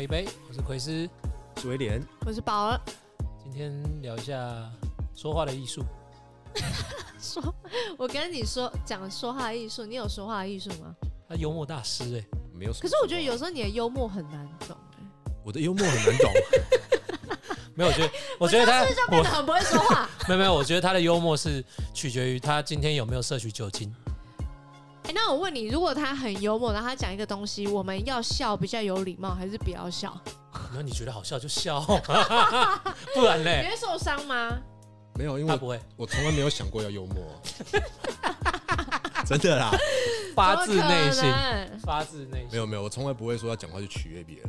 一杯，我是奎斯，威廉，我是宝儿，今天聊一下说话的艺术。说，我跟你说讲说话艺术，你有说话艺术吗？他幽默大师哎、没有什么。啊可是我觉得有时候你的幽默很难懂、欸，我的幽默很 难懂，没有，我觉得， 我觉得他，变得很不会说话。 没有没有，我觉得他的幽默是取决于他今天有没有摄取酒精。哎、那我问你，如果他很幽默，然后他讲一个东西，我们要笑比较有礼貌，还是不要笑？那你觉得好笑就笑， 不然你嘞， 会受伤吗？没有，因他为不会我从来没有想过要幽 默，真的啦，发自内怎心么，可能发自内没心。有没有，我从来不会说要讲话去取悦别人，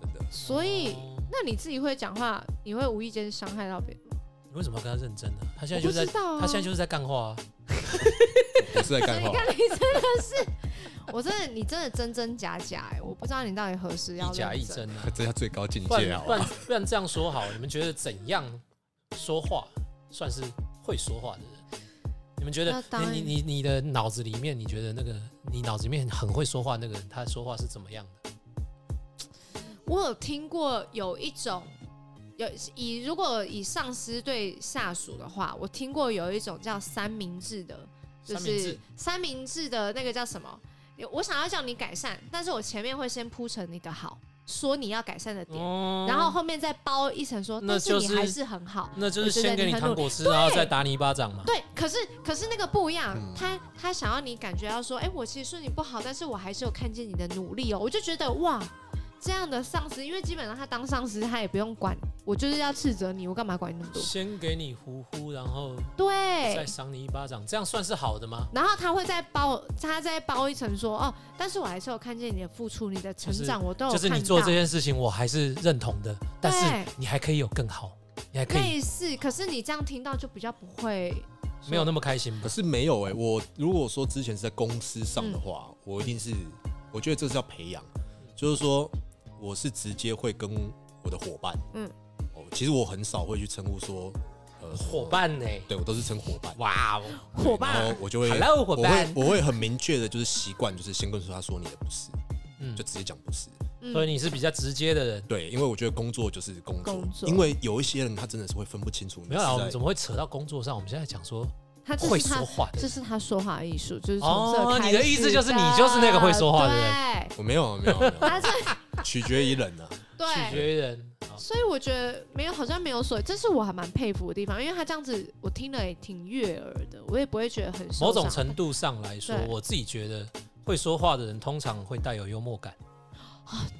真的。所以，哦那你自己会讲话，你会无意间伤害到别人吗？你为什么要跟他认真呢、他现在我就不是在知，道啊，哎他现在就是在干话、啊。我是在干你话，看你真的是，我真的你真的真真假假哎、我不知道你到底何时要一假认一真真啊。这叫最高境不界然啊不！然不然这样说好，你们觉得怎样说话算是会说话的人？你们觉那得当然你你你你的脑子里面，你觉得那个你脑子里面很会说话那个人，他说话是怎么样的？我有听过有一种，有以如果以上司对下属的话，我听过有一种叫三明治的，就三明是治三明治的那个叫什么？我想要叫你改善，但是我前面会先铺陈你的好，说你要改善的点，哦然后后面再包一层说，那但是就你是还是很好。那就是我觉得先给你你很糖努果吃，然后再打你一巴掌嘛。对，可是可是那个不一样，嗯他他想要你感觉到说，哎、我其实说你不好，但是我还是有看见你的努力哦，我就觉得哇，这样的上司，因为基本上他当上司，他也不用管，我就是要斥责你，我干嘛管你那么多？先给你呼呼，然后再对，赏你一巴掌，这样算是好的吗？然后他会再包，他再包一层说，哦，但是我还是有看见你的付出，你的成长，我都有就是看到，你做这件事情，我还是认同的，但对是你还可以有更好，你还可以类似，可是你这样听到就比较不会没有那么开心吧可？是没有哎、我如果说之前是在公司上的嗯话，我一定是，我觉得这是要培养，就是说我是直接会跟我的伙伴，嗯嗯，哦，其实我很少会去称呼说，呃，伙，伴呢？对我都是称伙伴，哇哦伙然后伴。我就会，Hello 伙我伴会，我会很明确的，就是习惯，就是先跟他说你的不是，嗯就直接讲不是。嗯所以你是比较直接的人。对，因为我觉得工作就是工作，工作因为有一些人他真的是会分不清楚你没有啦，我们是怎在么会扯到工作上？我们现在讲说他这会是他说话的这人，是他说话的艺术，就是从这哦开始你的意思就是你就是那个会说话的人人，我没有啊没有，没有他这取决于人啊。取对，决于人。啊好所以我觉得没有，好像没有所谓，这是我还蛮佩服的地方，因为他这样子，我听了也挺悦耳的，我也不会觉得很受伤某种程度上来说，对我自己觉得会说话的人通常会带有幽默感。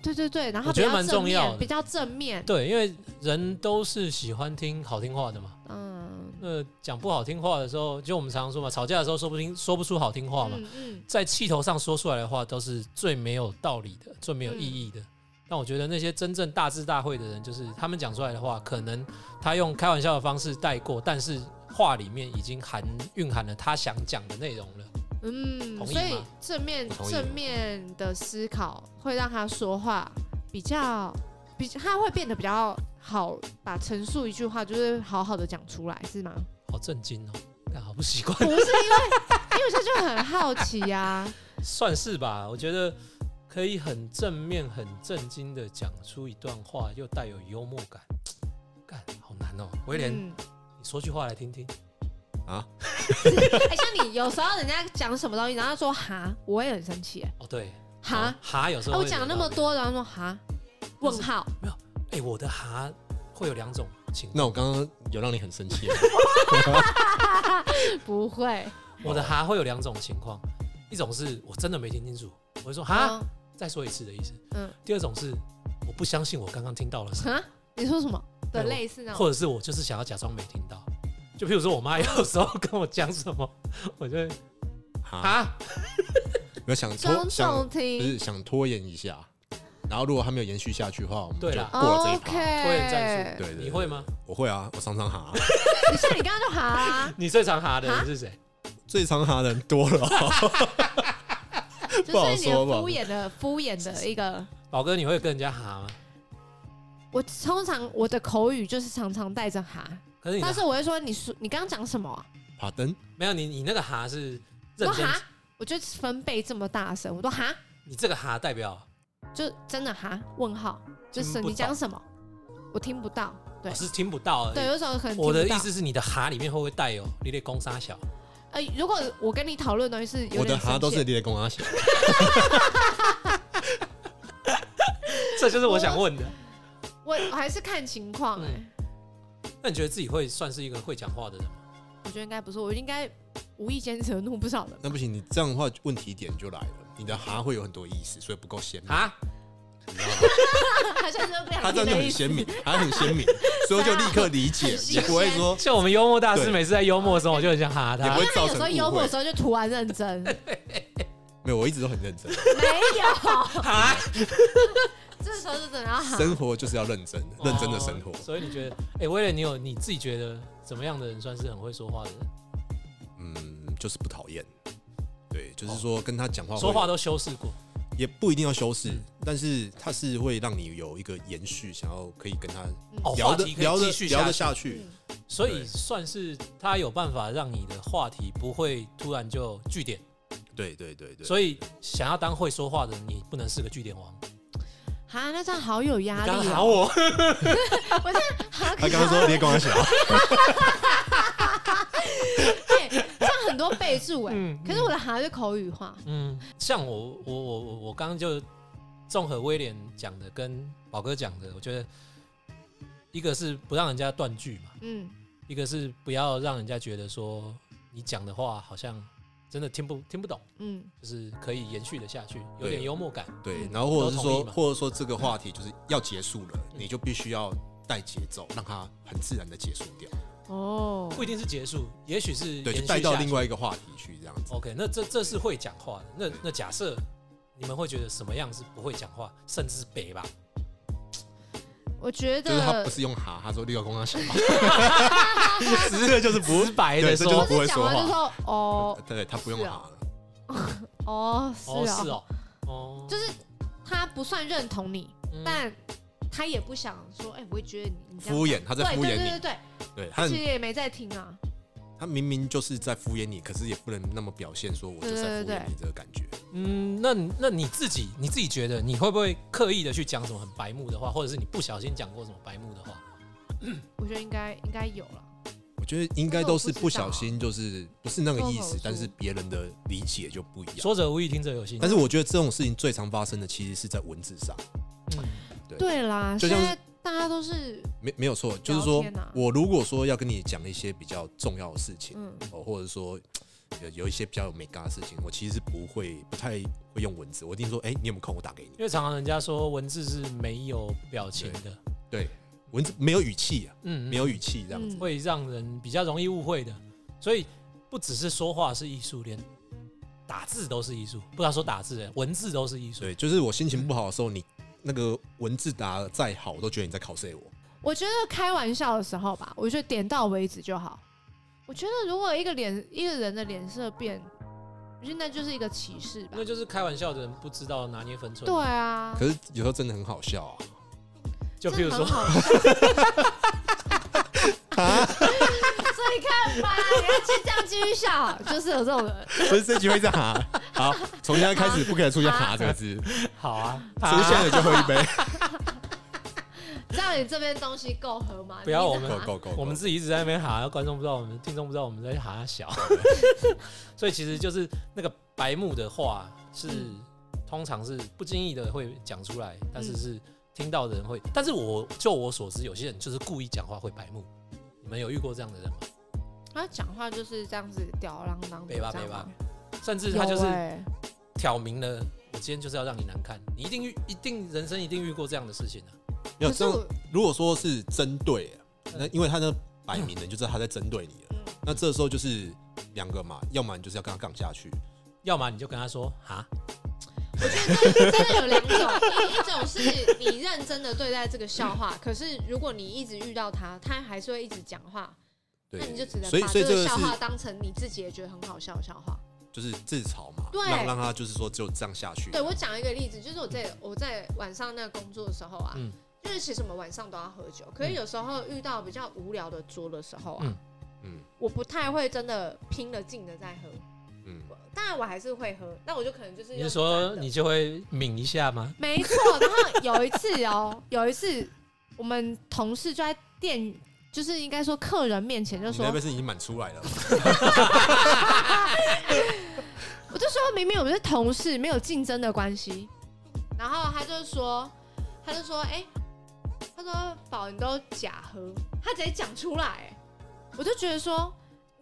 对对对，然后我觉得比较蛮重要的正面比较正面，对，因为人都是喜欢听好听话的嘛。嗯，那讲不好听话的时候，就我们常常说嘛，吵架的时候说不听说不出好听话嘛，嗯嗯，在气头上说出来的话都是最没有道理的、最没有意嗯义的。但我觉得那些真正大智大慧的人，就是他们讲出来的话，可能他用开玩笑的方式带过，但是话里面已经含蕴含了他想讲的内容了。同嗯，意吗所以正面我同意正面的思考会让他说话比较比较，他会变得比较好，把陈述一句话就是好好的讲出来，是吗？好震惊哦，但好不习惯， 不是因为，因为我现在就很好奇啊呀、算是吧。我觉得可以很正面、很震惊的讲出一段话，又带有幽默感，干好难哦。威廉，嗯你说句话来听听。 哎、像你有时候人家讲什么东西，然后说哈，我也很生气哎，哦，对，哈，啊哈，有时候、我讲那么，多，然后说哈，问号，哎、我的哈会有两种情况。那我刚刚有让你很生 气吗， 不会我的哈会有两种情况，一种是我真的没听清楚，我会说哈，，嗯再说一次的意思。嗯第二种是我不相信我刚刚听到了 什哈，你说什么对的我类似那么，种，或者是我就是想要假装没听到。就譬如说我妈有时候跟我讲什么，我就会啊，啊，没有想拖种想种就听是想拖延一下，然后如果他没有延续下去的话，我们就对过啦了这一，OK，趴。拖延战对对，对你会？吗？，我会啊，我常常哈，你像你刚刚就哈、啊 你最常哈的人是谁？最常哈的人多了 哦，就不好是你的说吧敷衍的敷衍的一个。宝哥，你会跟人家哈吗？我通常我的口语就是常常带着哈，可是你的但是我会说你说你刚刚讲什么啊、哈登没有你，你那个哈是我认说真，哈，我就分贝这么大声，我说哈，你这个哈代表就真的哈问号，就是听不你讲到什么，我听不到。对我是听不到而已。对，有时候可能我的听不意到思是，你的哈里面会不会带有你的攻 沙小？呃，如果我跟你讨论的东西是有我的点哈都是深你的公阿小，这就是我想问的。陷我我还是看情嗯况哎、那你觉得自己会算是一个会讲话的人吗？我觉得应该不是，我应该无意间惹怒不少人。那不行，你这样的话问题点就来了，你的哈会有很多意思，所以不够鲜明，啊，你知道吗？ 他现在都不他想这样就听的意很思鲜。明，还很鲜明，所以我就立刻理解很，新啊你不会鲜说，像我们幽默大师对每次在幽默的时候，我就很想哈也他不会。因为他造有时候成幽误默会的时候就突然 认真，啊没有，我一直都很认真，没有，哈，这时候就真的要喊。生活就是要认真，认真的生活嗯哦。所以你觉得，哎，威廉，你有你自己觉得怎么样的人算是很会说话的人？哦嗯，就是不讨厌。对，就是说跟他讲话会，说话都修饰过。也不一定要修饰嗯，但是他是会让你有一个延续，想要可以跟他哦，聊话的题可聊以的继续聊下得去。下去。所以对算是他有办法让你的话题不会突然就据点。对对对对，以所以想要当会说话的人，你不能是个据点王。哈，那这样好有压力、刚哦。喊我，好可他刚刚说你跟我小，对，哎这样很多备注哎、嗯可是我的哈就口语化，嗯，像我我我我我刚刚就综合威廉讲的跟宝哥讲的，我觉得一个是不让人家断句嘛，嗯，一个是不要让人家觉得说你讲的话好像真的听不听不懂，嗯，就是可以延续的下去，有对点幽默感。对，嗯然后或者是都同说意嘛或者说这个话题就是要结束了，嗯你就必须要带节奏，让它很自然的结束掉，哦，不一定是结束，也许是对，延就续带到下去另外一个话题去这样子。 OK，那这这是会讲话的。那对那假设你们会觉得什么样是不会讲话，甚至是北 吧？我觉就是他得不是用哈，他说六公他啊小，直接就是不直白的对这就说是，不会讲说完就话，说哦 对，他不用是啊哈了，哦是哦，是哦，哦，哦，就是他不算认同你，嗯但他也不想说，哎、我会觉得你你这样敷衍，他在对敷对衍对对你，对，对，他他其实很也没在听啊，他明明就是在敷衍你，可是也不能那么表现说我就是在敷对对衍对你这个感觉。嗯，那你那你自己你自己觉得你会不会刻意的去讲什么很白目的话，或者是你不小心讲过什么白目的话？我觉得应该应该有了，我觉得应该都是不小心，就是不是那个意脱口思而出，但是别人的理解就不一样。说者无意，听者有心。但是我觉得这种事情最常发生的其实是在文字上，嗯对啦，就现像是在大家都是没没有错，就是说聊天啊我如果说要跟你讲一些比较重要的事情，嗯哦，或者说有有一些比较有美感的事情，我其实是不会不太会用文字，我一定说，哎，你有没有空？我打给你。因为常常人家说文字是没有表情的，对，文字没有语气啊，嗯，没有语气这样子。嗯会让人比较容易误会的。所以不只是说话是艺术，连打字都是艺术。不要说打字，文字都是艺术。对，就是我心情不好的时候，你那个文字打得再好，我都觉得你在考试我。我觉得开玩笑的时候吧，我觉得点到为止就好。我觉得如果一个脸一个人的脸色变，我觉得那就是一个歧视吧那。就是开玩笑的人不知道拿捏分寸。对，啊，可是有时候真的很好笑啊。就比如这说 很，好笑。 啊所以看吧，你要继这样继续笑，就是有这种人。不是这局会在哈，好，从现在开啊始不可以出现“哈”这个字，出好啊，现啊了就喝一杯。 这样你这边东西够喝吗？不要你一直我够拿够够，我们自己一直在那边喊，观众不知道我们，听众不知道我们在喊 小，所以其实就是那个白目的话是、嗯通常是不经意的会讲出来，但是嗯是听到的人会，但是我就我所知，有些人就是故意讲话会白目，你们有遇过这样的人吗？他讲话就是这样子吊儿郎当的北吧这样北吧吗，甚至他就是有欸挑明了，我今天就是要让你难看，你一定遇一定人生一定遇过这样的事情啊，没有可是这种。我如果说是针对，那因为他那摆明了就知道他在针对你了。嗯那这时候就是两个嘛，要么你就是要跟他杠下去，要么你就跟他说啊，真的有两种，一一种是你认真的对待这个笑话，可是如果你一直遇到他，他还是会一直讲话，对那你就只，能所以把所以这这个个笑是话当成你自己也觉得很好笑的笑话。就是自嘲嘛，对让让他就是说只有这样下去。对我讲一个例子，就是我在我在晚上那个工作的时候啊，嗯因为其实我们晚上都要喝酒，可是有时候遇到比较无聊的桌的时候啊，嗯嗯我不太会真的拼了劲的在喝，嗯，当然我还是会喝，那我就可能就是你用是说转的你就会抿一下吗？没错。然后有一次哦，有一次我们同事就在店，就是应该说客人面前就你说那，边是已经满出来了，我就说明明我们是同事，没有竞争的关系。然后他就说，他就说，哎、他说宝你都假喝，他直接讲出来、哎我就觉得说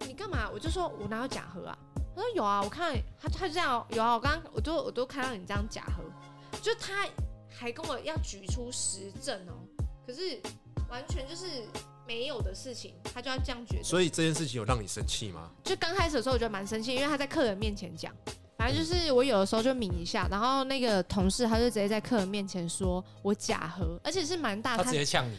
你干嘛？我就说我哪有假喝啊？他说有啊，我看他他就这样，有啊，我刚刚我都我都看到你这样假喝，就他还跟我要举出实证哦，可是完全就是没有的事情，他就要这样觉得。所以这件事情有让你生气吗？就刚开始的时候，我觉得蛮生气，因为他在客人面前讲，反正就是我有的时候就抿一下，然后那个同事他就直接在客人面前说我假喝，而且是蛮大，他啊他直接呛你，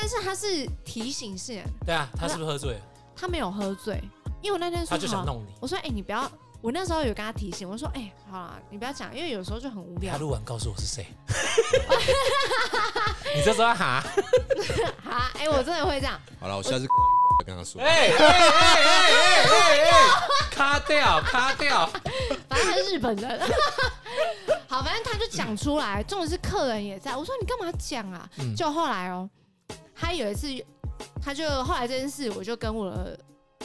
但是他是提醒性，对啊，他是不是喝醉了？他没有喝醉，因为我那天说他就想好，弄你。我说哎、你不要，我那时候有跟他提醒，我说哎、好啦，你不要讲，因为有时候就很无聊他，录完告诉我是 谁。你这时候哈？ 啊，哎、我真的会这样，好了，我下次跟他说哎。哎哎哎哎哎哎！卡掉，卡掉。反正他是日本人。 好，反正他就讲出来，重点是客人也在。我说你干嘛讲啊？嗯就后来哦，他有一次，他就后来这件事，我就跟我的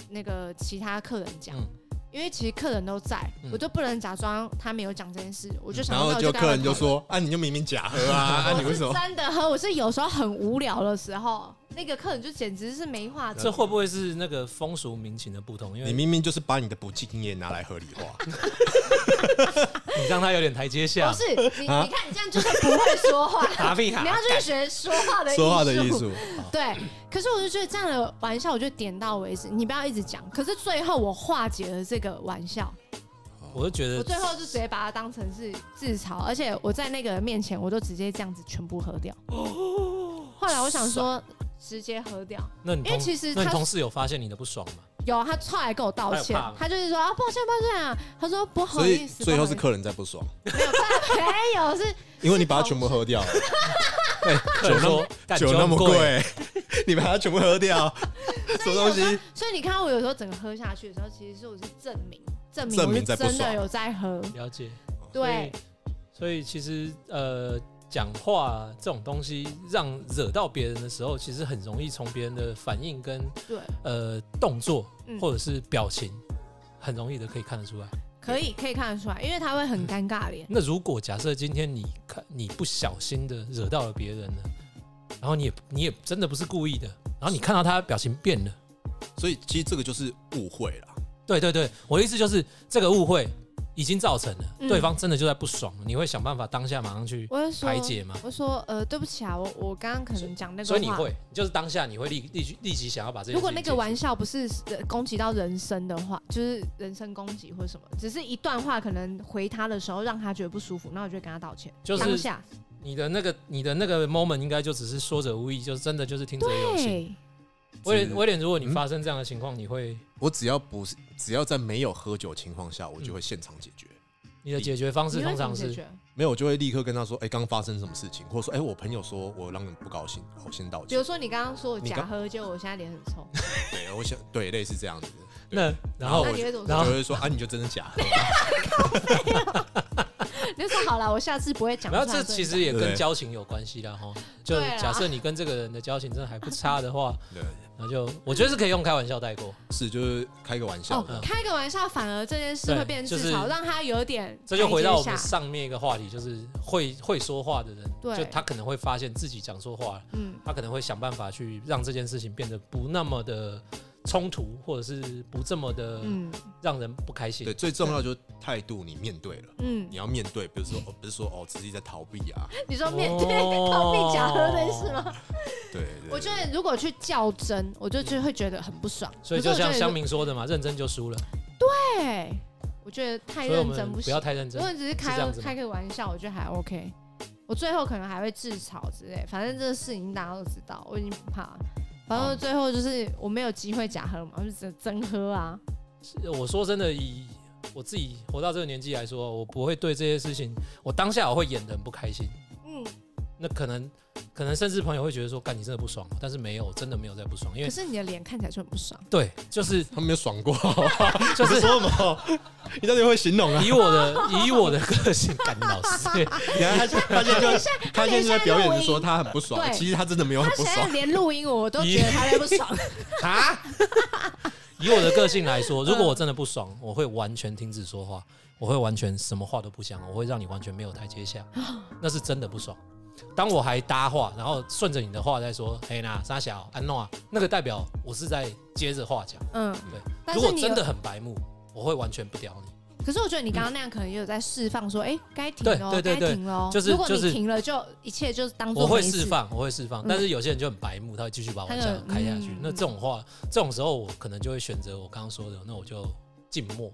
那个其他客人讲，嗯因为其实客人都在，嗯我就不能假装他没有讲这件事，我就嗯想然说，后那我就跟客他人就们讨论。说：“啊，你就明明假喝 啊，啊你为什我么是真的喝，我是有时候很无聊的时候，那个客人就简直是没话讲。这会不会是那个风俗民情的不同？因为你明明就是把你的不敬业拿来合理 化？你让他有点台阶下不。是你，啊你看你这样就是不会 说话，打屁你哈要！去学说话的说话的艺术。好对，可是我就觉得这样的玩笑，我就点到为止，你不要一直讲。可是最后我化解了这个玩笑，我就觉呃得我最后就直接把它当成是自嘲，而且我在那个面前，我就直接这样子全部喝掉。哦 后来我想说，直接喝掉，那你因为同其实那你他同事有发现你的不爽吗？有他后来跟我道他歉有怕吗，他就是说啊抱歉抱歉啊，他说不好所意以思，最后是不客人在不爽，好意思 没有是因为你把它全部喝掉了。哎客人说干酒那么酒很贵，贵， 你把它全部喝 掉，什么东西？所以你看我有时候整个喝下去的时候，其实是我是证明证明证我明是在不真的爽有在喝，了解。对，所以，所以其实呃，讲话这种东西，让惹到别人的时候，其实很容易从别人的反应跟对，呃动作嗯或者是表情，很容易的可以看得出来。可以可以看得出来，因为他会很尴尬脸。那如果假设今天你看你不小心的惹到了别人呢，然后你也你也真的不是故意的，然后你看到他表情变了，所以其实这个就是误会啦。对对对，我的意思就是这个误会已经造成了，嗯对方真的就在不爽了，你会想办法当下马上去我就说排解吗？我说呃，对不起啊，我我刚刚可能讲那个所以你话。会，就是当下你会立立立即想要把这件事情如果那解个决玩笑不是呃攻击到人身的话，就是人身攻击或什么，只是一段话可能回他的时候让他觉得不舒服，那我就会跟他道歉。就是当下，你的那个你的那个 moment 应该就只是说者无意，就是真的就是听者有心。对，威是廉，威廉，如果你发生这样的情况，你会我只要不是，只要在没有喝酒情况下，我就会现场解决。你的解决方式你会通怎常么解是决？没有，我就会立刻跟他说：“哎，刚发生什么事情？”或者说：“哎，我朋友说我让你不高兴，我先道比歉如。说你刚刚说我你假刚喝，就我现在脸很 臭，”哦对，我想对，类似这 样子。对那然后我那你就会怎么然说？后我就会说：“啊，你就真的假 喝。”你就说好了，我下次不会讲出然来后真这的假的。其实也跟对交情有关系啦哈。就对啊假设你跟这个人的交情真的还不差的话， 对，那就我觉得是可以用开玩笑带过，是就是开个玩笑哦的。，开个玩笑反而这件嗯事对会变就成自是嘲，让他有点这就回到我台们阶下上面一个话题，就是会会说话的人，对就他可能会发现自己讲错话了。嗯他可能会想办法去让这件事情变得不那么的冲突，或者是不这么的嗯让人不开心。对，最重要就是态度，你面对了，嗯你，要面对，不是说哦，不是说哦，只是在逃避啊。你说面哦对逃避假喝的是吗？对，对我觉得如果去较真，我就就会觉得很不爽。所以可就是我像觉得香明说的嘛，认真就输了，对，我觉得太所以我认真们不不行要。太认如真果。你只是是开这样子吗开个玩笑，我觉得还 OK。我最后可能还会自嘲之类，反正这个事情大家都知道，我已经不怕了。反正最后就是我没有机会假喝嘛，我就只能真喝啊。我说真的，以我自己活到这个年纪来说，我不会对这些事情，我当下我会演得很不开心。嗯，那可能可能甚至朋友会觉得说，干你真的不爽，哦但是没有，真的没有在不爽，因可为是你的脸看起来就很不爽。对，就是他们没有爽过，哦就你是说什么？你到底会形容啊？以我的以我的个性， 干老师，你看他他现在就他现在就在表演着说他很不爽，对其实他真的没有很他不现爽在。连录音我都觉得他在不爽。啊！ 以我的个性来说，嗯如果我真的不爽，我会完全停止说话，我会完全什么话都不讲，我会让你完全没有台阶 下，那是真的不爽。当我还搭话，然后顺着你的话再说，嘿啦，沙小安诺啊，那个代表我是在接着话讲。嗯，但如是果你真有的很白目，我会完全不屌你。可是我觉得你刚刚那样可能也有在释放说，哎，该停对喽，对该对对停喽。就是如果就你是停了，就一切就是当做我会没事释。放，我会释放，嗯但是有些人就很白目，他会继续把玩笑他就开下去嗯。那这种话，这种时候我可能就会选择我刚刚说的，那我就静默，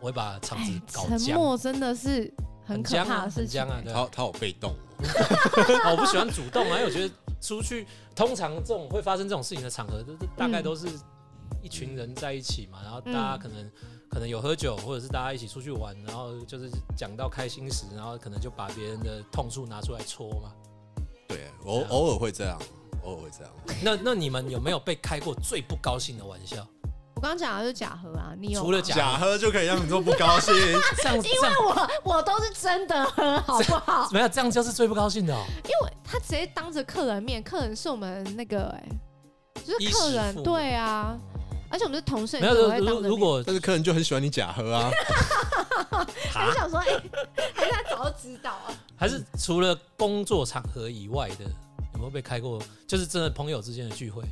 我会把场子哎，搞沉僵。默真的是很可僵怕啊，的很事情僵。啊，对他啊好他好被动，啊我不喜欢主动啊，因为我觉得出去通常这种会发生这种事情的场合，都都大概嗯都是一群人在一起嘛，然后大嗯家可能可能有喝酒，或者是大家一起出去玩，然后就是讲到开心时，然后可能就把别人的痛处拿出来戳嘛。对我对啊偶尔会这样，偶尔会这样。那那你们有没有被开过最不高兴的玩笑？我刚刚讲的就是假和啊，你有除了吗假假喝就可以让你这么不高兴，这样这样我我都是真的喝，好 不好？没有这样就是最不高兴的、哦。因为他直接当着客人面，客人是我们那个哎、就是客衣食父人母对啊，而且我们是同事，没你怎么有，会当着如面如果 但是客人就很喜欢你假喝啊。还想说哎、 还是他早就知道啊，还是除了工作场合以外的，有没有被开过？就是真的朋友之间的聚会，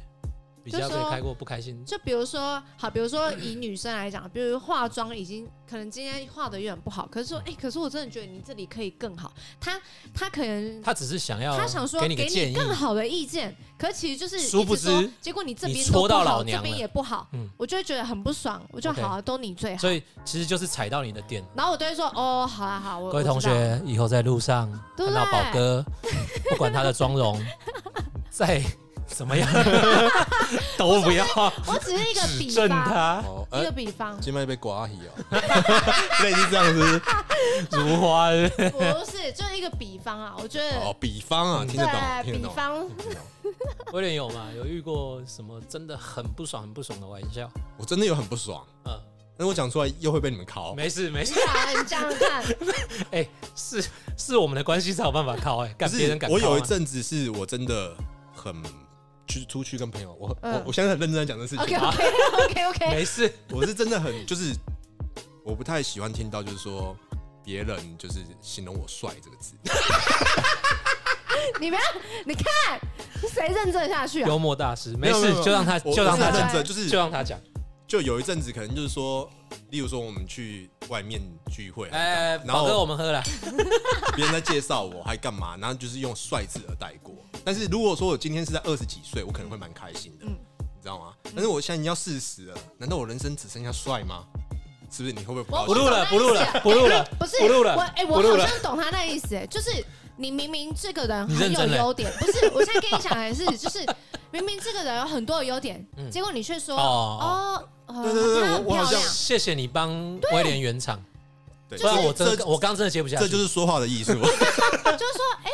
比较被开过不开心。就比如说好，比如说以女生来讲，比如化妆已经可能今天化的有点不好，可是说哎、可是我真的觉得你这里可以更好，他他可能。他只是想要他想说给你你个建议，更好的意见，可其实就是殊不一直说知结果你这边你都不戳到好老娘这边了也不好，嗯我就会觉得很不爽，我就 OK 好、啊、都你最好。所以其实就是踩到你的点。然后我都会说哦，好啦好，我各位同，我知道学，以后在路上对看到宝哥， 不管他的妆容 再怎么样，都不要我只是一个指比正方，他 呃哦，一哎个，比方，今麦被刮起哦， 类似这样子。如花。 对不对不是，就是一个比方啊。我觉哦得，比方啊，嗯听得懂，对，听得比懂。方听得懂威廉有吗？有遇过什么真的很不爽、很不爽的玩笑？我真的有很不爽，嗯，但是我讲出来又会被你们考。没事没事哎你，啊，你这样 看，是是我们的关系才有办法靠哎、欸，可敢别是人敢靠我吗有一阵子是我真的很去出去跟朋友，我嗯我我现在很认真在讲这事 OK 情， OK OK OK，没 事， 我是真的很就是我不太喜欢听到就是说别人就是形容我帅这个字，你不要，你看谁认真下去啊？幽默大师，没没有没事 有没有就让他我就让我他是讲认，真，就是就让他讲。就有一阵子可能就是说，例如说我们去外面聚会，啊哎，然后宝哥，我们喝了，别人在介绍我还干嘛，然后就是用帅字而带过。但是如果说我今天是在二十几岁，我可能会蛮开心的，嗯你知道吗？但是我现在已经要四十了，难道我人生只剩下帅吗？是不是你会不会不高不兴？录了，不录了，不录了，啊不是，不录我了，哎，不我录好了像懂他那意思，哎就是你明明这个人你认很有真嘞优点，不是，我现在跟你讲的是，就是明明这个人有很多的优点，嗯结果你却说哦。哦，呃对对对她很我我好漂像 亮，谢谢你帮威廉圆场，对，不然我真的这我刚真的接不下去。这就是说话的艺 术。就是说，哎、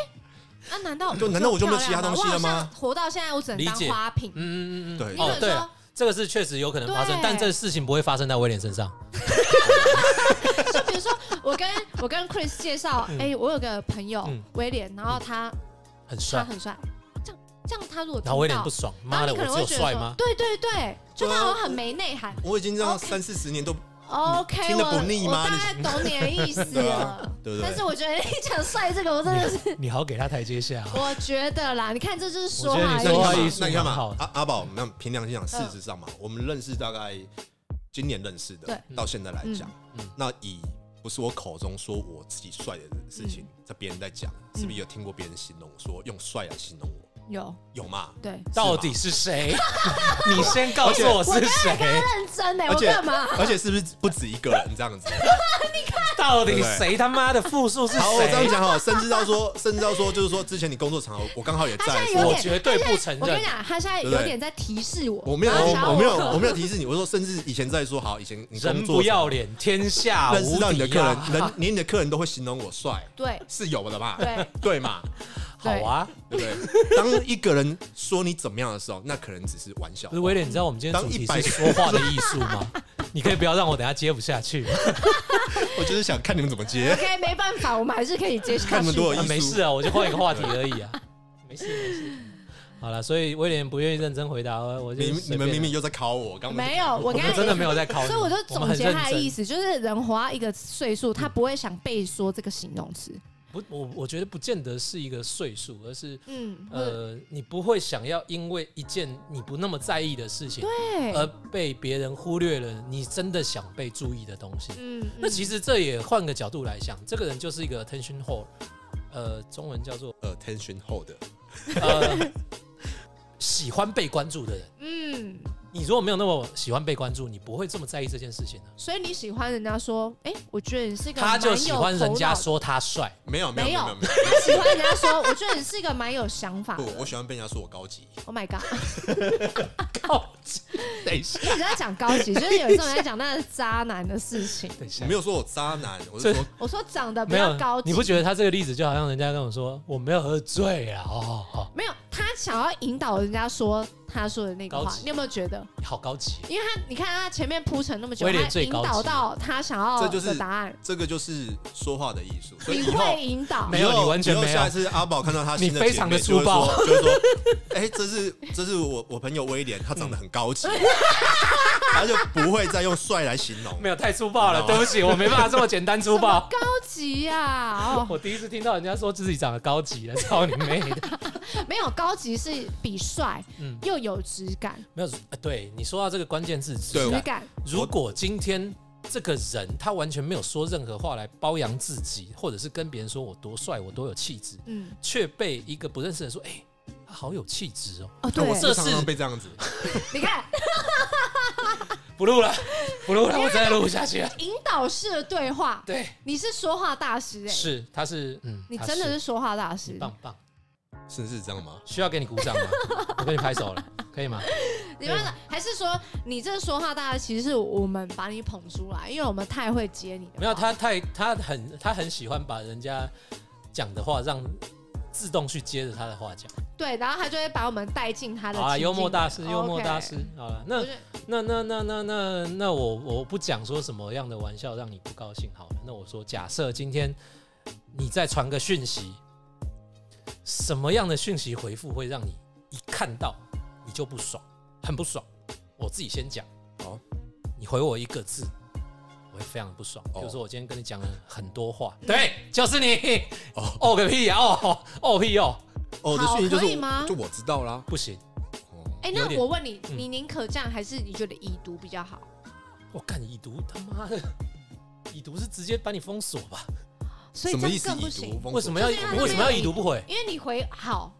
啊，难道就难道我就没有其他漂亮东西了吗我好像活到现在，我只能当理解花瓶。嗯嗯嗯嗯，对你哦可能对说、啊，这个是确实有可能发生对，但这事情不会发生在威廉身上。就比如说，我跟我跟 Chris 介绍，哎、嗯我有个朋友、嗯威廉，然后他很他帅，很帅，这样这样他如果听然后威廉到不，爽，然后妈你的，可我只能会有觉得帅说吗，？对对对，就对啊他好像很没内涵。我已经这样 OK 三四十年都 OK，听得我不腻吗我大概懂你的意思对了啊。对不对但是我觉得你讲帅这个，我真的是， 你好给他台阶下 啊。我觉得啦，你看这就是说我觉得你话那说你话有看艺嘛术，那你看嘛蛮好，的阿阿宝，那凭良心讲，事实上嘛，我们认识大概今年认识的，对到现在来讲嗯嗯，那以不是我口中说我自己帅的事情，在别人在讲，是不是有听过别人形容说用帅来形容我？有有嘛？对到底是谁？ 你先告诉我是 谁？认真呢、而哎我且干嘛？而且是不是不止一个人这样子？到底谁他妈的复数是好，我这样谁？讲好，甚至到说，甚至到说，就是说之前你工作场合，我刚好也他在现，在我有我点绝对不承我跟你认。讲，他现在对不有对点在提示我，我没有，然后想要我没有，我没有提示你，我说甚至以前在说好，以前你人工不作要脸，天下 认识无到你的敌客人， 啊！人连你的客人都会形容我帅，对是有的吧？对，对嘛？好啊。对不对？当一个人说你怎么样的时候，那可能只是玩笑不。是威廉，你知道我们今天主题当是100说话的艺术吗？ 你可以不要让我等下接不下去。我就是想看你们怎么接， OK，没办法，我们还是可以接下去。看你们多有啊艺术。没事啊，我就换一个话题而已 啊，没事没事。好了，所以威廉不愿意认真回答，我我就 你们随你便们啊明明又在考我，刚刚没有，我我刚才们真的没有在考你，所以我就们总很结他的认意真。思，就是人活到一个岁数，他不会想被说这个形容词。不，我我觉得不见得是一个岁数，而是嗯，呃，你不会想要因为一件你不那么在意的事情，对，而被别人忽略了你真的想被注意的东西。嗯，那其实这也换个角度来想，这个人就是一个 attention whore，呃，中文叫做呃 tension hold， 呃喜欢被关注的人。嗯，你如果没有那么喜欢被关注，你不会这么在意这件事情的、啊所以你喜欢人家说，哎，我觉得你是个他就喜欢人家蛮有头脑的说他帅，没有没有没没有有没有，他喜欢人家说，我觉得你是一个蛮有想法不的。， 我喜欢被人家说我高级。 Oh my god！ 靠，等一下，一直在讲高级，就是有一种人在讲那个渣男的事情。等一下 我没，有说我渣男，我是这说我说长得比没较有高，级，你不觉得他这个例子就好像人家跟我说我没有喝醉啊，哦，哦没有，他想要引导人家说他说的那个高话级，你有没有觉得？好高级，因为他你看他前面铺陈那么久，威廉他最引高级导到他想要这就是的答案，这个就是说话的艺术。所以你以后会引导 没。有以后你完全以后没有下一次阿宝看到他新的你非常地姐妹粗暴就会说，就是说，哎，这是这是我我朋友威廉，他长得很高 级，他就不会再用帅来形容没。有太粗暴了， No 对不起，我没办法这么简单粗什 么暴。高级呀、哦，我第一次听到人家说自己长得高级了，操你妹的！没有高级是比帅嗯，又有质感，没有，呃对你说到这个关键字，质对质感感如果今天这个人他完全没有说任何话来包养自己，或者是跟别人说我多帅，我多有气质，嗯却被一个不认识的人说，哎、他好有气质哦，哦那对，我这常是常被这样子，你看 不录 了，不录了，我真的录不下去了。引导式的对话， 对，你是说话大师哎、是，他是，嗯，你他真的是说话大师你，棒棒，是是这样吗？需要给你鼓掌吗？我给你拍手了， 可以吗？你们对还是说你这说话大师其实是我们把你捧出来，因为我们太会接你的话，没有，他太他很他很喜欢把人家讲的话让自动去接着他的话讲。对，然后他就会把我们带进他的好啦，情啊幽默境大师，里幽默哦 OK 大师，好了，那我觉得那那那那那那我我不讲说什么样的玩笑让你不高兴好了。那我说，假设今天你再传个讯息，什么样的讯息回复会让你一看到你就不爽，很不爽？我自己先讲。好，你回我一个字，我会非常不爽。哦比如说我今天跟你讲了很多话，对，就是你，哦哦个屁呀、哦哦屁哦，哦，我的讯息就好可以是吗我就我知道啦。不行，哦哎、有那点我问你，嗯你宁可这样，还是你觉得已读比较好？我干已读他妈的，已读是直接把你封锁吧？所以什这么意样思？更不已行读，封锁为什么要就是因为他为什么要没有已读不回？因为你回好，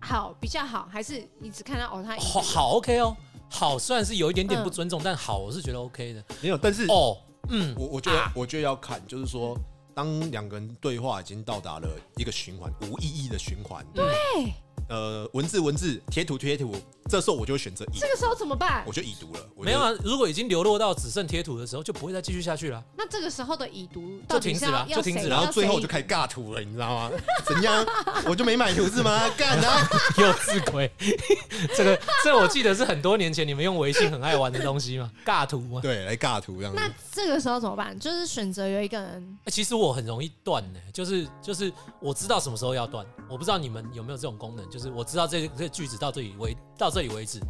好比较好，还是你只看到哦他已好读好 OK 哦，好虽然是有一点点不尊重，但好我是觉得 OK 的。没有？但嗯是哦，嗯，我我觉得我觉得要看，就是说，当两个人对话已经到达了一个循环，无意义的循环。对，嗯哎呃，文字文字，贴图贴图，这时候我就会选择已，这个时候怎么办我？就已读了。我就没有啊，如果已经流落到只剩贴图的时候，就不会再继续下去 了。啊那这个时候的已读到底停止是了要要就停止谁了然后最后我就看开始尬图了，你知道 吗？怎样？我就没买图是吗？ 干啊！幼稚鬼， 这个这我记得是很多年前你们用微信很爱玩的东西嘛，尬图嘛。对，来尬图这样子。那这个时候怎么办？就是选择有一个人，欸其实我很容易断呢、就是就是我知道什么时候要断，我不知道你们有没有这种功能，就是我知道这这句子到这里为到这里为止，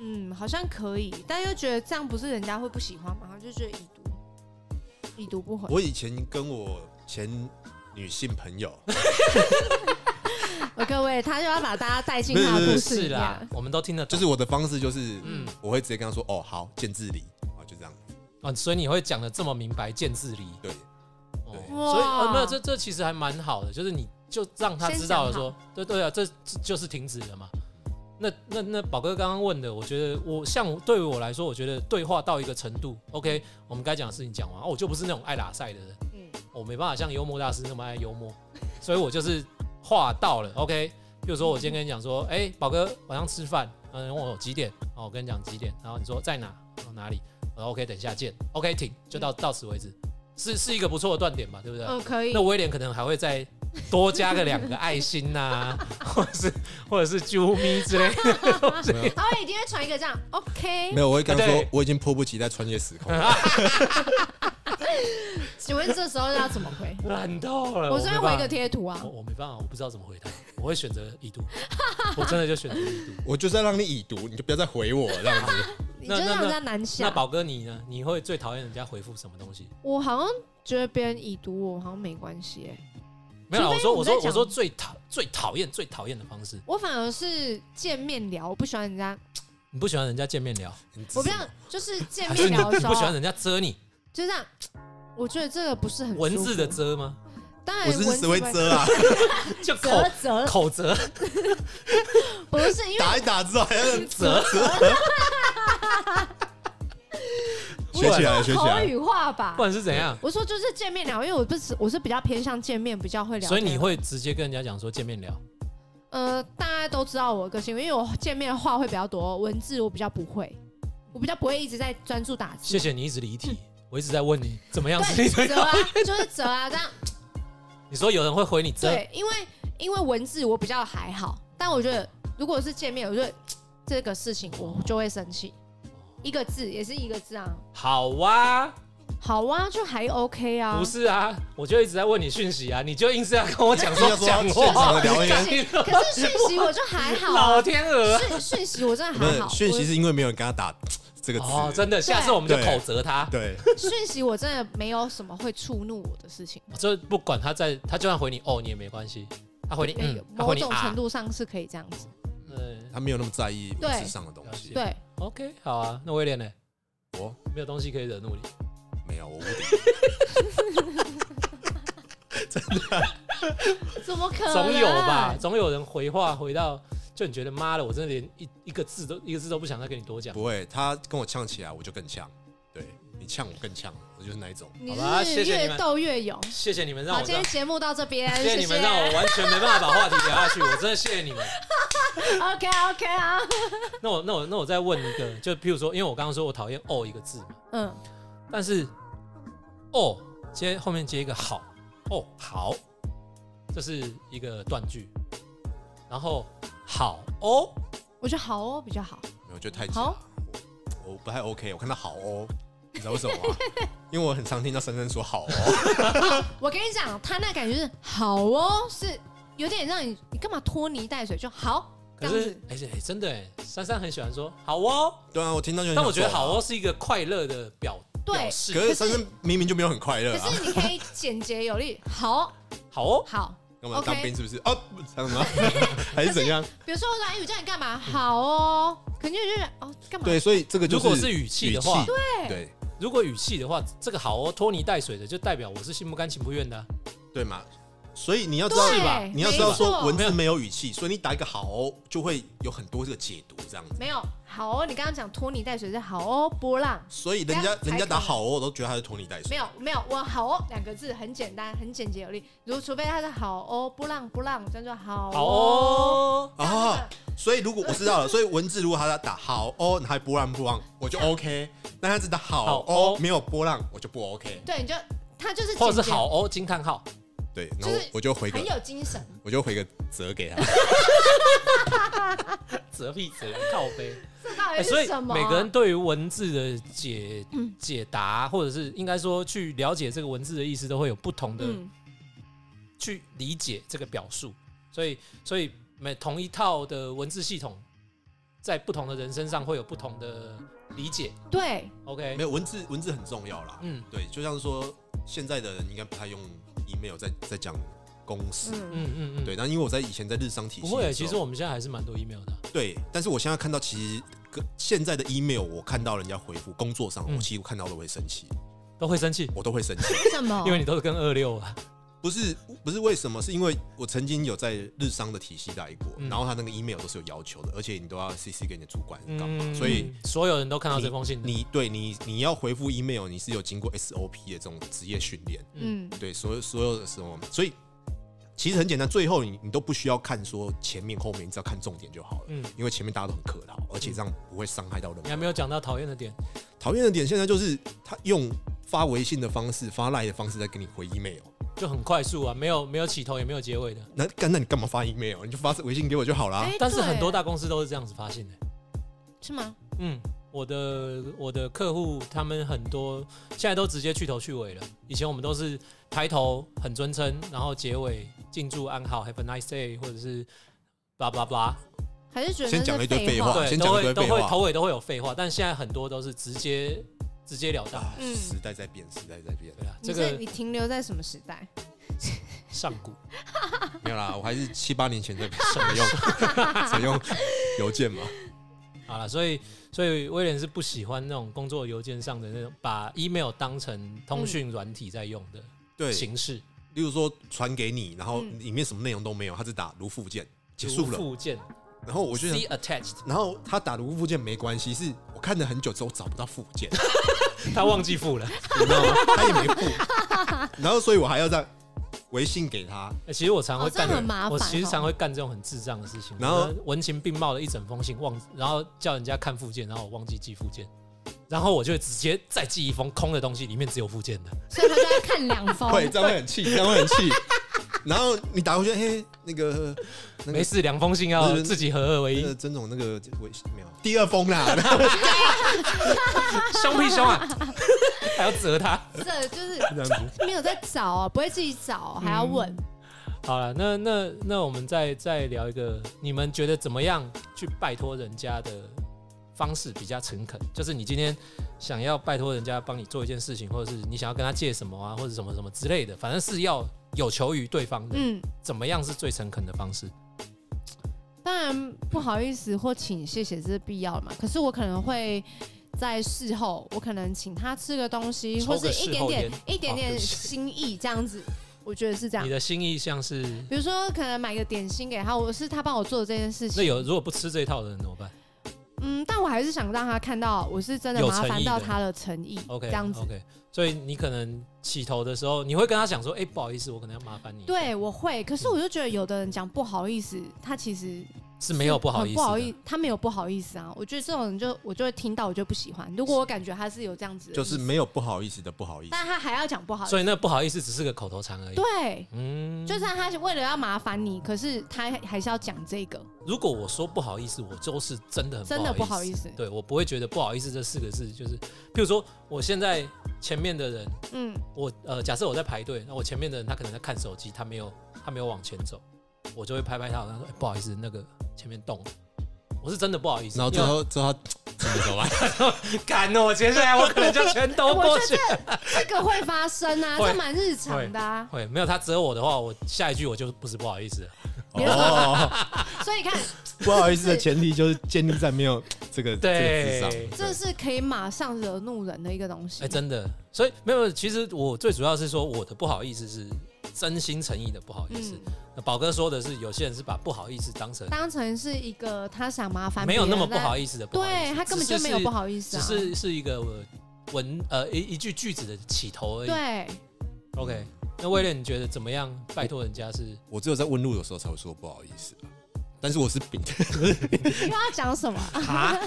嗯，好像可以，但又觉得这样不是人家会不喜欢嘛，然后就觉得已读，已读不回。我以前跟我前女性朋友，呃各位，他又要把大家带进不是他的不故是事是里啦面。，我们都听得就懂，是我的方式就是，嗯我会直接跟她说：“哦，好，见字理。”啊，就这样。啊，所以你会讲的这么明白，见字离。对，哦对哇所以呃，没有这这其实还蛮好的，就是你就让他知道了先说，对对啊，这这就是停止了嘛。那那那宝哥刚刚问的，我觉得我像我对于我来说，我觉得对话到一个程度，OK，我们该讲的事情讲完，哦，我就不是那种爱拉塞的人，嗯我没办法像幽默大师那么爱幽默，所以我就是话到了，OK。比如说我今天跟你讲说，哎、宝哥晚上吃饭，嗯，问我几点，哦，我跟你讲几点，然后你说在哪，哦哪里，然后 OK 等一下见，OK 停，就到、到此为止，是是一个不错的断点吧，对不对？嗯，可以那。威廉可能还会再多加个两个爱心呐、或者是或者是啾咪之类的。没有他会一定会传一个这样，OK，没有，我会跟他说对，我已经迫不及待穿越时空了。请问这时候要怎么回？懒到了，我没是会办法回一哦个贴图啊我，我没办法，我不知道怎么回答，我会选择已读，我真的就选择已读。 我就是要让你已读，你就不要再回我这样 子。你就那那让人家那难那想。宝哥你呢？你会最讨厌人家回复什么东西？我好像觉得别人已读我好像没关系哎，没有啦，我说我我在说讲我说最讨最讨厌最讨厌的方式，我反而是见面聊，我不喜欢人家，你不喜欢人家见面聊，你自我不己想就是见还是面你聊的你时不候喜，欢人家遮你就这样。我觉得这个不是很文舒字的服，遮 吗？当然我是文字谁会遮啊？就口折折，口 折不是因为打一打之后 还要折，学起来，学起啊口来。语化吧不。然是怎样？我说就是见面聊，因为我不是我是比较偏向见面，比较会聊天。所以你会直接跟人家讲说见面聊，呃，大家都知道我的个性，因为我见面的话会比较多，文字我比较不会，我比较不会一直在专注打字。谢谢你一直离题，我一直在问你怎么样是你嗯对，最折讨啊，就是折啊，这样你说有人会回你遮，对，因为因为文字我比较还好，但我觉得如果是见面，我觉得这个事情我就会生气，一个字也是一个字啊，好哇、啊。好啊，就还 OK 啊不。是啊，我就一直在问你讯息啊，你就硬是要跟我 讲说硬是要讲说正常话，的聊天 你可是讯息我就还好啊老，天鹅讯讯息我真的不还好，是讯息我是因为没有人跟他打这个字。哦，真的，下次我们就口责他，对，讯息我真的没有什么会触怒我的事情。哦就是不管他在，他就算回你哦，你也没关系，他回你那个嗯，他某回你种程啊，度上是可以这样子。嗯他没有那么在意对文字上的东西。对， ，OK，好啊，那威廉呢？我没有东西可以惹怒你，没有，我无敌。 怎么可能？啊总有吧，？总有人回话回到，就你觉得妈的，我真的连一一个字都一个字都不想再跟你多讲。不会，他跟我呛起来，我就更呛。对你呛我更呛，我就是那一种。你好吧是谢谢你越们斗越勇。谢谢你们让好，我今这样天，节目到这边， 谢谢你们让我完全没办法把话题聊下去，我真的谢谢你 们。 OK OK 啊，那我那我那我再问一个，就譬如说，因为我刚刚说我讨厌“哦”一个字嘛，嗯，但是“哦”接后面接一个“好”，哦好，这是一个断句，然后“好哦我觉得好哦比较好。没有，我觉得太假好了。我我不太 OK，我看到好哦，你知道为什么 吗？因为我很常听到珊珊说好哦，我跟你讲，他那感觉是好哦，是有点让你你干嘛拖泥带水就好”，这可样是子。而且、哎真的哎、珊珊很喜欢说“好哦对啊，我听到就”，很但想我觉得“揍啊好哦”是一个快乐的表对表可示，是珊珊明明就没有很快乐可啊，是你可以简洁有力， 好好哦，好。那我们当 OK 兵是不是？哦，不 什么？还是怎样？比如说我说，哎，我叫你干嘛？好哦，可能就觉得哦，干嘛？对，所以这个就如是果是语气的话，对对如果语气的话，这个“好哦”拖泥带水的，就代表我是心不甘情不愿的啊、对嘛。所以你要知道，对是吧你要知道没说错文字没有语气，所以你打一个好哦，就会有很多这个解读这样子。没有好哦，你刚刚讲拖泥带水是好哦，波浪。所以人家这样才可以人家打好哦，我都觉得他是拖泥带没水。有没有，我好哦两个字很简单，很简洁有力。如除非他是好哦，波浪波浪，这样就好好哦。哦。啊，所以如果我知道了，所以文字如果他打好哦，你还波浪波浪，我就 OK。但他只打好好哦哦，没有波浪，我就不 OK。对，你就他就是或者简是洁好哦惊叹号，对，就然是后我就回个很，有精神。我就回个折给他。 折屁折靠背、这到哎底所是以什么啊？嗯每个人对于文字的解、解答，或者是应该说去了解这个文字的意思，都会有不同的、嗯，去理解这个表述。所以，所以每同一套的文字系统，在不同的人身上会有不同的理解。对， OK，没有文字，文字很重要啦。嗯对，就像说现在的人应该不太用 email 在在讲公司，嗯，嗯嗯嗯，对。但因为我在以前在日商体系不的会、时候其实我们现在还是蛮多 email 的。对，但是我现在看到其实跟现在的 email，我看到人家回复工作上，嗯我其实看到都会生气，都会生气，我都会生气。为什么？因为你都是跟二六啊，不是不是为什么？是因为我曾经有在日商的体系待过，嗯然后他那个 email 都是有要求的，而且你都要 CC 给你的主管干嘛？嗯所以所有人都看到这封信的，你对你你要回复 email，你是有经过 SOP 的这种职业训练。嗯，对，所有所有的时候，所以其实很简单，最后你你都不需要看说前面后面，你只要看重点就好了。嗯因为前面大家都很客套，而且这样不会伤害到人你。还没有讲到讨厌的点。讨厌的点现在就是他用发微信的方式、发赖的方式在给你回 email，就很快速啊，没有没有起头也没有结尾的。那干那你干嘛发 email？你就发微信给我就好啦。哎啊但是很多对大公司都是这样子发现的。是吗？嗯，我的我的客户他们很多现在都直接去头去尾了。以前我们都是抬头很尊称，然后结尾敬祝安好，Have a nice day，或者是叭叭叭，还是觉得先那讲是了一堆废话对，先都讲一会堆都废会话头尾都会有废话，但现在很多都是直接直截了当。啊，嗯时代在变，时代在变。对啊，你这这 个你停留在什么时代？上古没有啦，我还是七八年前在使用使用邮件嘛。好了，所以所以威廉是不喜欢那种工作邮件上的那种把 email 当成通讯软体在用的对，形式，例如说传给你，然后嗯里面什么内容都没有，他只打如附件结束如了。附件，然哦后我就想 see，attached，然后他打如附件没关系，是我看了很久之后找不到附件， 他忘记付了。你知道吗？他也没附，然后所以我还要再微信给他，欸其实我常会哦这干、样很麻烦我其实哦常会干这种很智障的事情。然后我文情并茂的一整封信忘，然后叫人家看附件，然后我忘记寄附件，然后我就直接再寄一封空的东西，里面只有附件的。所以他就在看两 封，会这样会很气，这样会很气。然后你打过去，嘿，那个那没个事，两封信要不是自己合二为那一个，曾总那个微信没有第二封 啦，凶屁凶啊， 还要责他。这就是这样子。没有在找啊，不会自己找啊，还要问。好了，那那那我们再再聊一个，你们觉得怎么样去拜托人家的方式比较诚恳？就是你今天想要拜托人家帮你做一件事情，或者是你想要跟他借什么啊，或者什么什么之类的，反正是要有求于对方的。嗯，怎么样是最诚恳的方式？当然不好意思或请谢谢这是必要的嘛，可是我可能会。在事后，我可能请他吃个东西，抽或个是一事点后点烟一点哦对点不起心意这样子，我觉得是这样嗯你。的心意像是比如说，可能买个点心给他，我是他帮我做的这件事那情。有如果不吃这一套的人怎么办嗯，但我还是想让他看到我是真的有麻诚烦意到的他的诚意？OK，这样子。 OK，所以你可能起头的时候，你会跟他讲说：“哎、不好意思，我可能要麻烦你。”，对，我会。可是我就觉得有的人讲不好意思，他其实是没有不好意思的，很不好意，他没有不好意思啊。我觉得这种人就我就会听到，我就不喜欢。如果我感觉他是有这样子的意就思，是没有不好意思的不好意思。但他还要讲不好意思，所以那不好意思只是个口头禅而已。对，嗯就算他是为了要麻烦你，可是他还是要讲这个，如果我说不好意思，我就是真的很真的不好意思。思。对我不会觉得不好意思这四个字，就是譬如说我现在前面的人，嗯，我呃假设我在排队，那我前面的人他可能在看手机，他没有他没有往前走，我就会拍拍他，然后说、哎不好意思，那个前面动了，我是真的不好意思。然后最后最后 怎么走啊？敢哦，我接下来我可能就全都过 我去觉。得这个会发生啊， 会这蛮日常的啊。会没有他责我的话，我下一句我就不是不好意思了。哦，所以你看，不好意思的前提就是建立在没有这个对这个智商。这是可以马上惹怒人的一个东哎、西。真的，所以没有，其实我最主要是说我的不好意思是真心诚意的不好意思嗯。，那宝哥说的是，有些人是把不好意思当成当成是一个他想麻烦，没有那么不好意意思的不好意思，啊对他根本就没有不好意意思只啊。是是一个呃文呃一一句句子的起头而已。对， OK，那威廉你觉得怎么样？拜托人家是我只有在问路的时候才会说不好意思啊，但是我是秉因为他讲 什么？啊，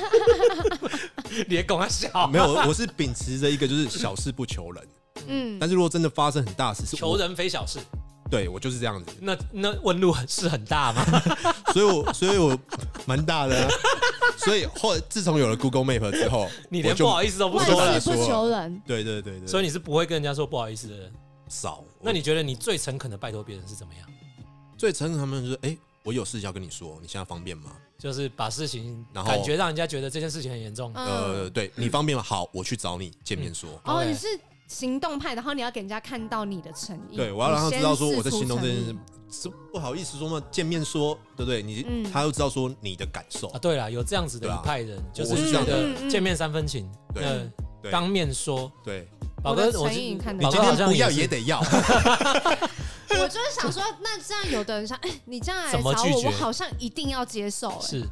脸拱他笑 啊没有，我是秉持着一个就是小事不求人，嗯，但是如果真的发生很大的事，是求我，人非小事。对我就是这样子，那那问路很是很大吗？ 所以我所以我蛮大的啊、所以后自从有了 Google Map 之后，你我啊连就不好意思都不万说了，事不求人，对对对对，所以以你是不会跟人家说不好意思的人。少。那你觉得你最诚恳的拜托别人是怎么样？我最诚恳他们就是，哎、我有事要跟你说，你现在方便吗？就是把事情，然后感觉让人家觉得这件事情很严重。嗯呃，哎对你方便吗？好，我去找你见面说。哦， OK 你是行动派，然后你要给人家看到你的诚嗯意。对，我要让他知道说我在行动这件你先试事出诚意。是不好意思说嘛，见面说，对不对？你、嗯他要知道说你的感受啊，，对了，有这样子的对啊一派人，就我是觉是这样的得见面三分情，对那对当面说。对，宝我哥，的我诚是意看你得宝到今哥嗯好天像不要是也得要，我就是想说， 那这样有的人想，哎，你这样来怎么找拒我，绝我好像一定要接受。哎，是，是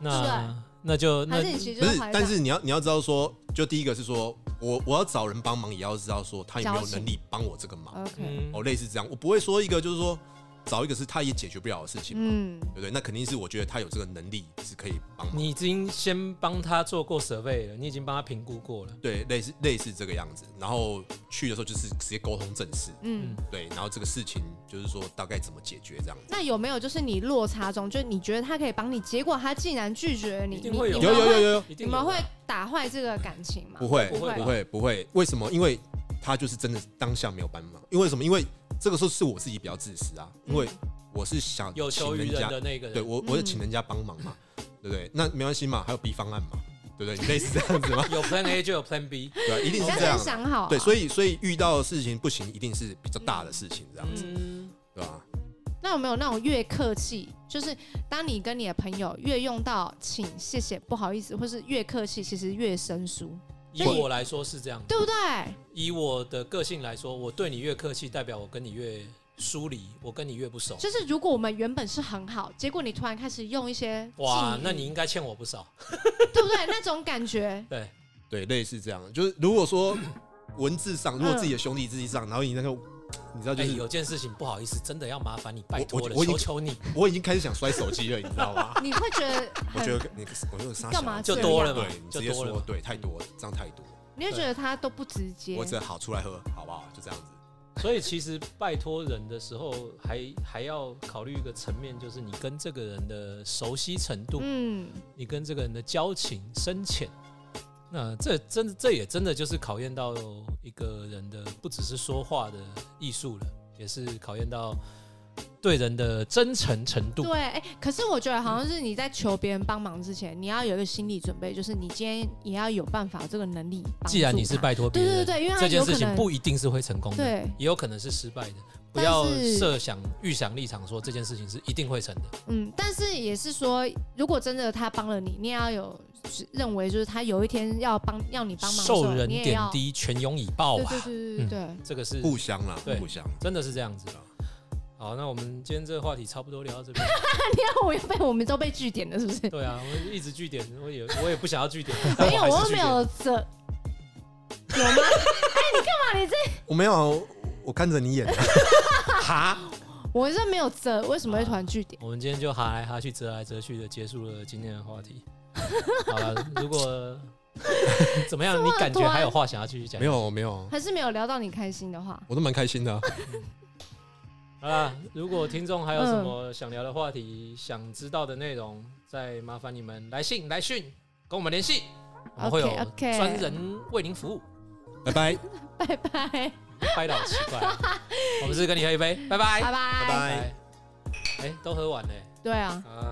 那啊那就那还是你其实不就是怀？但着是你要你要知道说，就第一个是说我我要找人帮忙，也要知道说他有没有交情能力帮我这个忙。 OK，嗯哦，类似这样，我不会说一个就是说找一个是他也解决不了的事情嘛，嗯，对不对？那肯定是我觉得他有这个能力是可以帮忙，你已经先帮他做过 survey 了，你已经帮他评估过了。对，类似类似这个样子。然后去的时候就是直接沟通正事，嗯，对，然后这个事情就是说大概怎么解决这样子。那有没有就是你落差中，就你觉得他可以帮你，结果他竟然拒绝你，一你定会有你有们有有会有有，一你定有啊们会的打坏这个感情吗不？会不会不吧啊会不会，为什么？因为他就是真的当下没有帮忙，因为什么？因为这个时候是我自己比较自私啊，因嗯为我是想有求请于人人家，的嗯那个人，对我我是请人家帮忙嘛，对不对？那没关系嘛，还有 B 方案嘛，对不对？你类似这样子嘛，有 Plan A 就有 Plan B，对啊，一定你是要这样先啊。想好啊、对，所以所以遇到的事情不行，一定是比较大的事情，这样子，嗯，对吧？那有没有那种越客气，就是当你跟你的朋友越用到请、谢谢、不好意思，或是越客气，其实越生疏，以所以我来说是这样，对不对？以我的个性来说，我对你越客气，代表我跟你越疏离，我跟你越不熟。就是如果我们原本是很好，结果你突然开始用一些哇敬，语那你应该欠我不少。对不对？那种感觉，对，对，类似这样。就是如果说文字上，如果自己嗯的兄弟之间上，然后你那个，你知道，就哎，是有件事情不好意思，真的要麻烦你，拜托我了，我求求 你，我已经开始想摔手机了，你知道吗？你会觉得我觉很，得你，我就傻啊干嘛就这多样了嘛对，你，就直接多了说嘛。对，太多了，这样太多了。你会觉得他都不直接，我只好出来喝，好不好？就这样子。所以其实拜托人的时候还，还要考虑一个层面，就是你跟这个人的熟悉程度，嗯，你跟这个人的交情深浅。那这真这也真的就是考验到一个人的，不只是说话的艺术了，也是考验到对人的真诚程度对。。哎，可是我觉得好像是你在求别人帮忙之前，你要有一个心理准备，就是你今天也要有办法有这个能力帮助他。既然你是拜托别对啊人，对对，因为他这件有事可情能不一定是会成功的，对，也有可能是失败的。不但要是设想预想立场说这件事情是一定会成的。嗯，但是也是说，如果真的他帮了你，你也要有认为，就是他有一天要帮要你帮忙的时候，受人你也点要。滴，全拥以报对啊！对对对对对， 这个是互相啦对，互相。真的是这样子。好，那我们今天这个话题差不多聊到 这边。你看我又被我们都被据点了，是不是？ 对啊，我一直据点，我也我也不想要据点，但 没有，还我是据又没点。有这，有吗？哎、你干嘛？你这我没有，我看着你演的。 哈，我是没有这，为什么会突然据点？我们今天就哈来哈去，折来折去的结束了今天的话 题。好了，如果 怎么样，你感觉还有话想要继续讲？没，有没有，还是没有聊到你开心的话？ 我都蛮开心的啊。好啦，啊如果听众还有什么想聊的话题、想知道的内容，再麻烦你们来信、来讯跟我们联系，我们会有 OK，OK 专人为您服务。拜拜，拜拜，拜拍的好奇怪哦，我们是跟你喝一杯，拜拜，拜。拜。哎，都喝完了。对啊，啊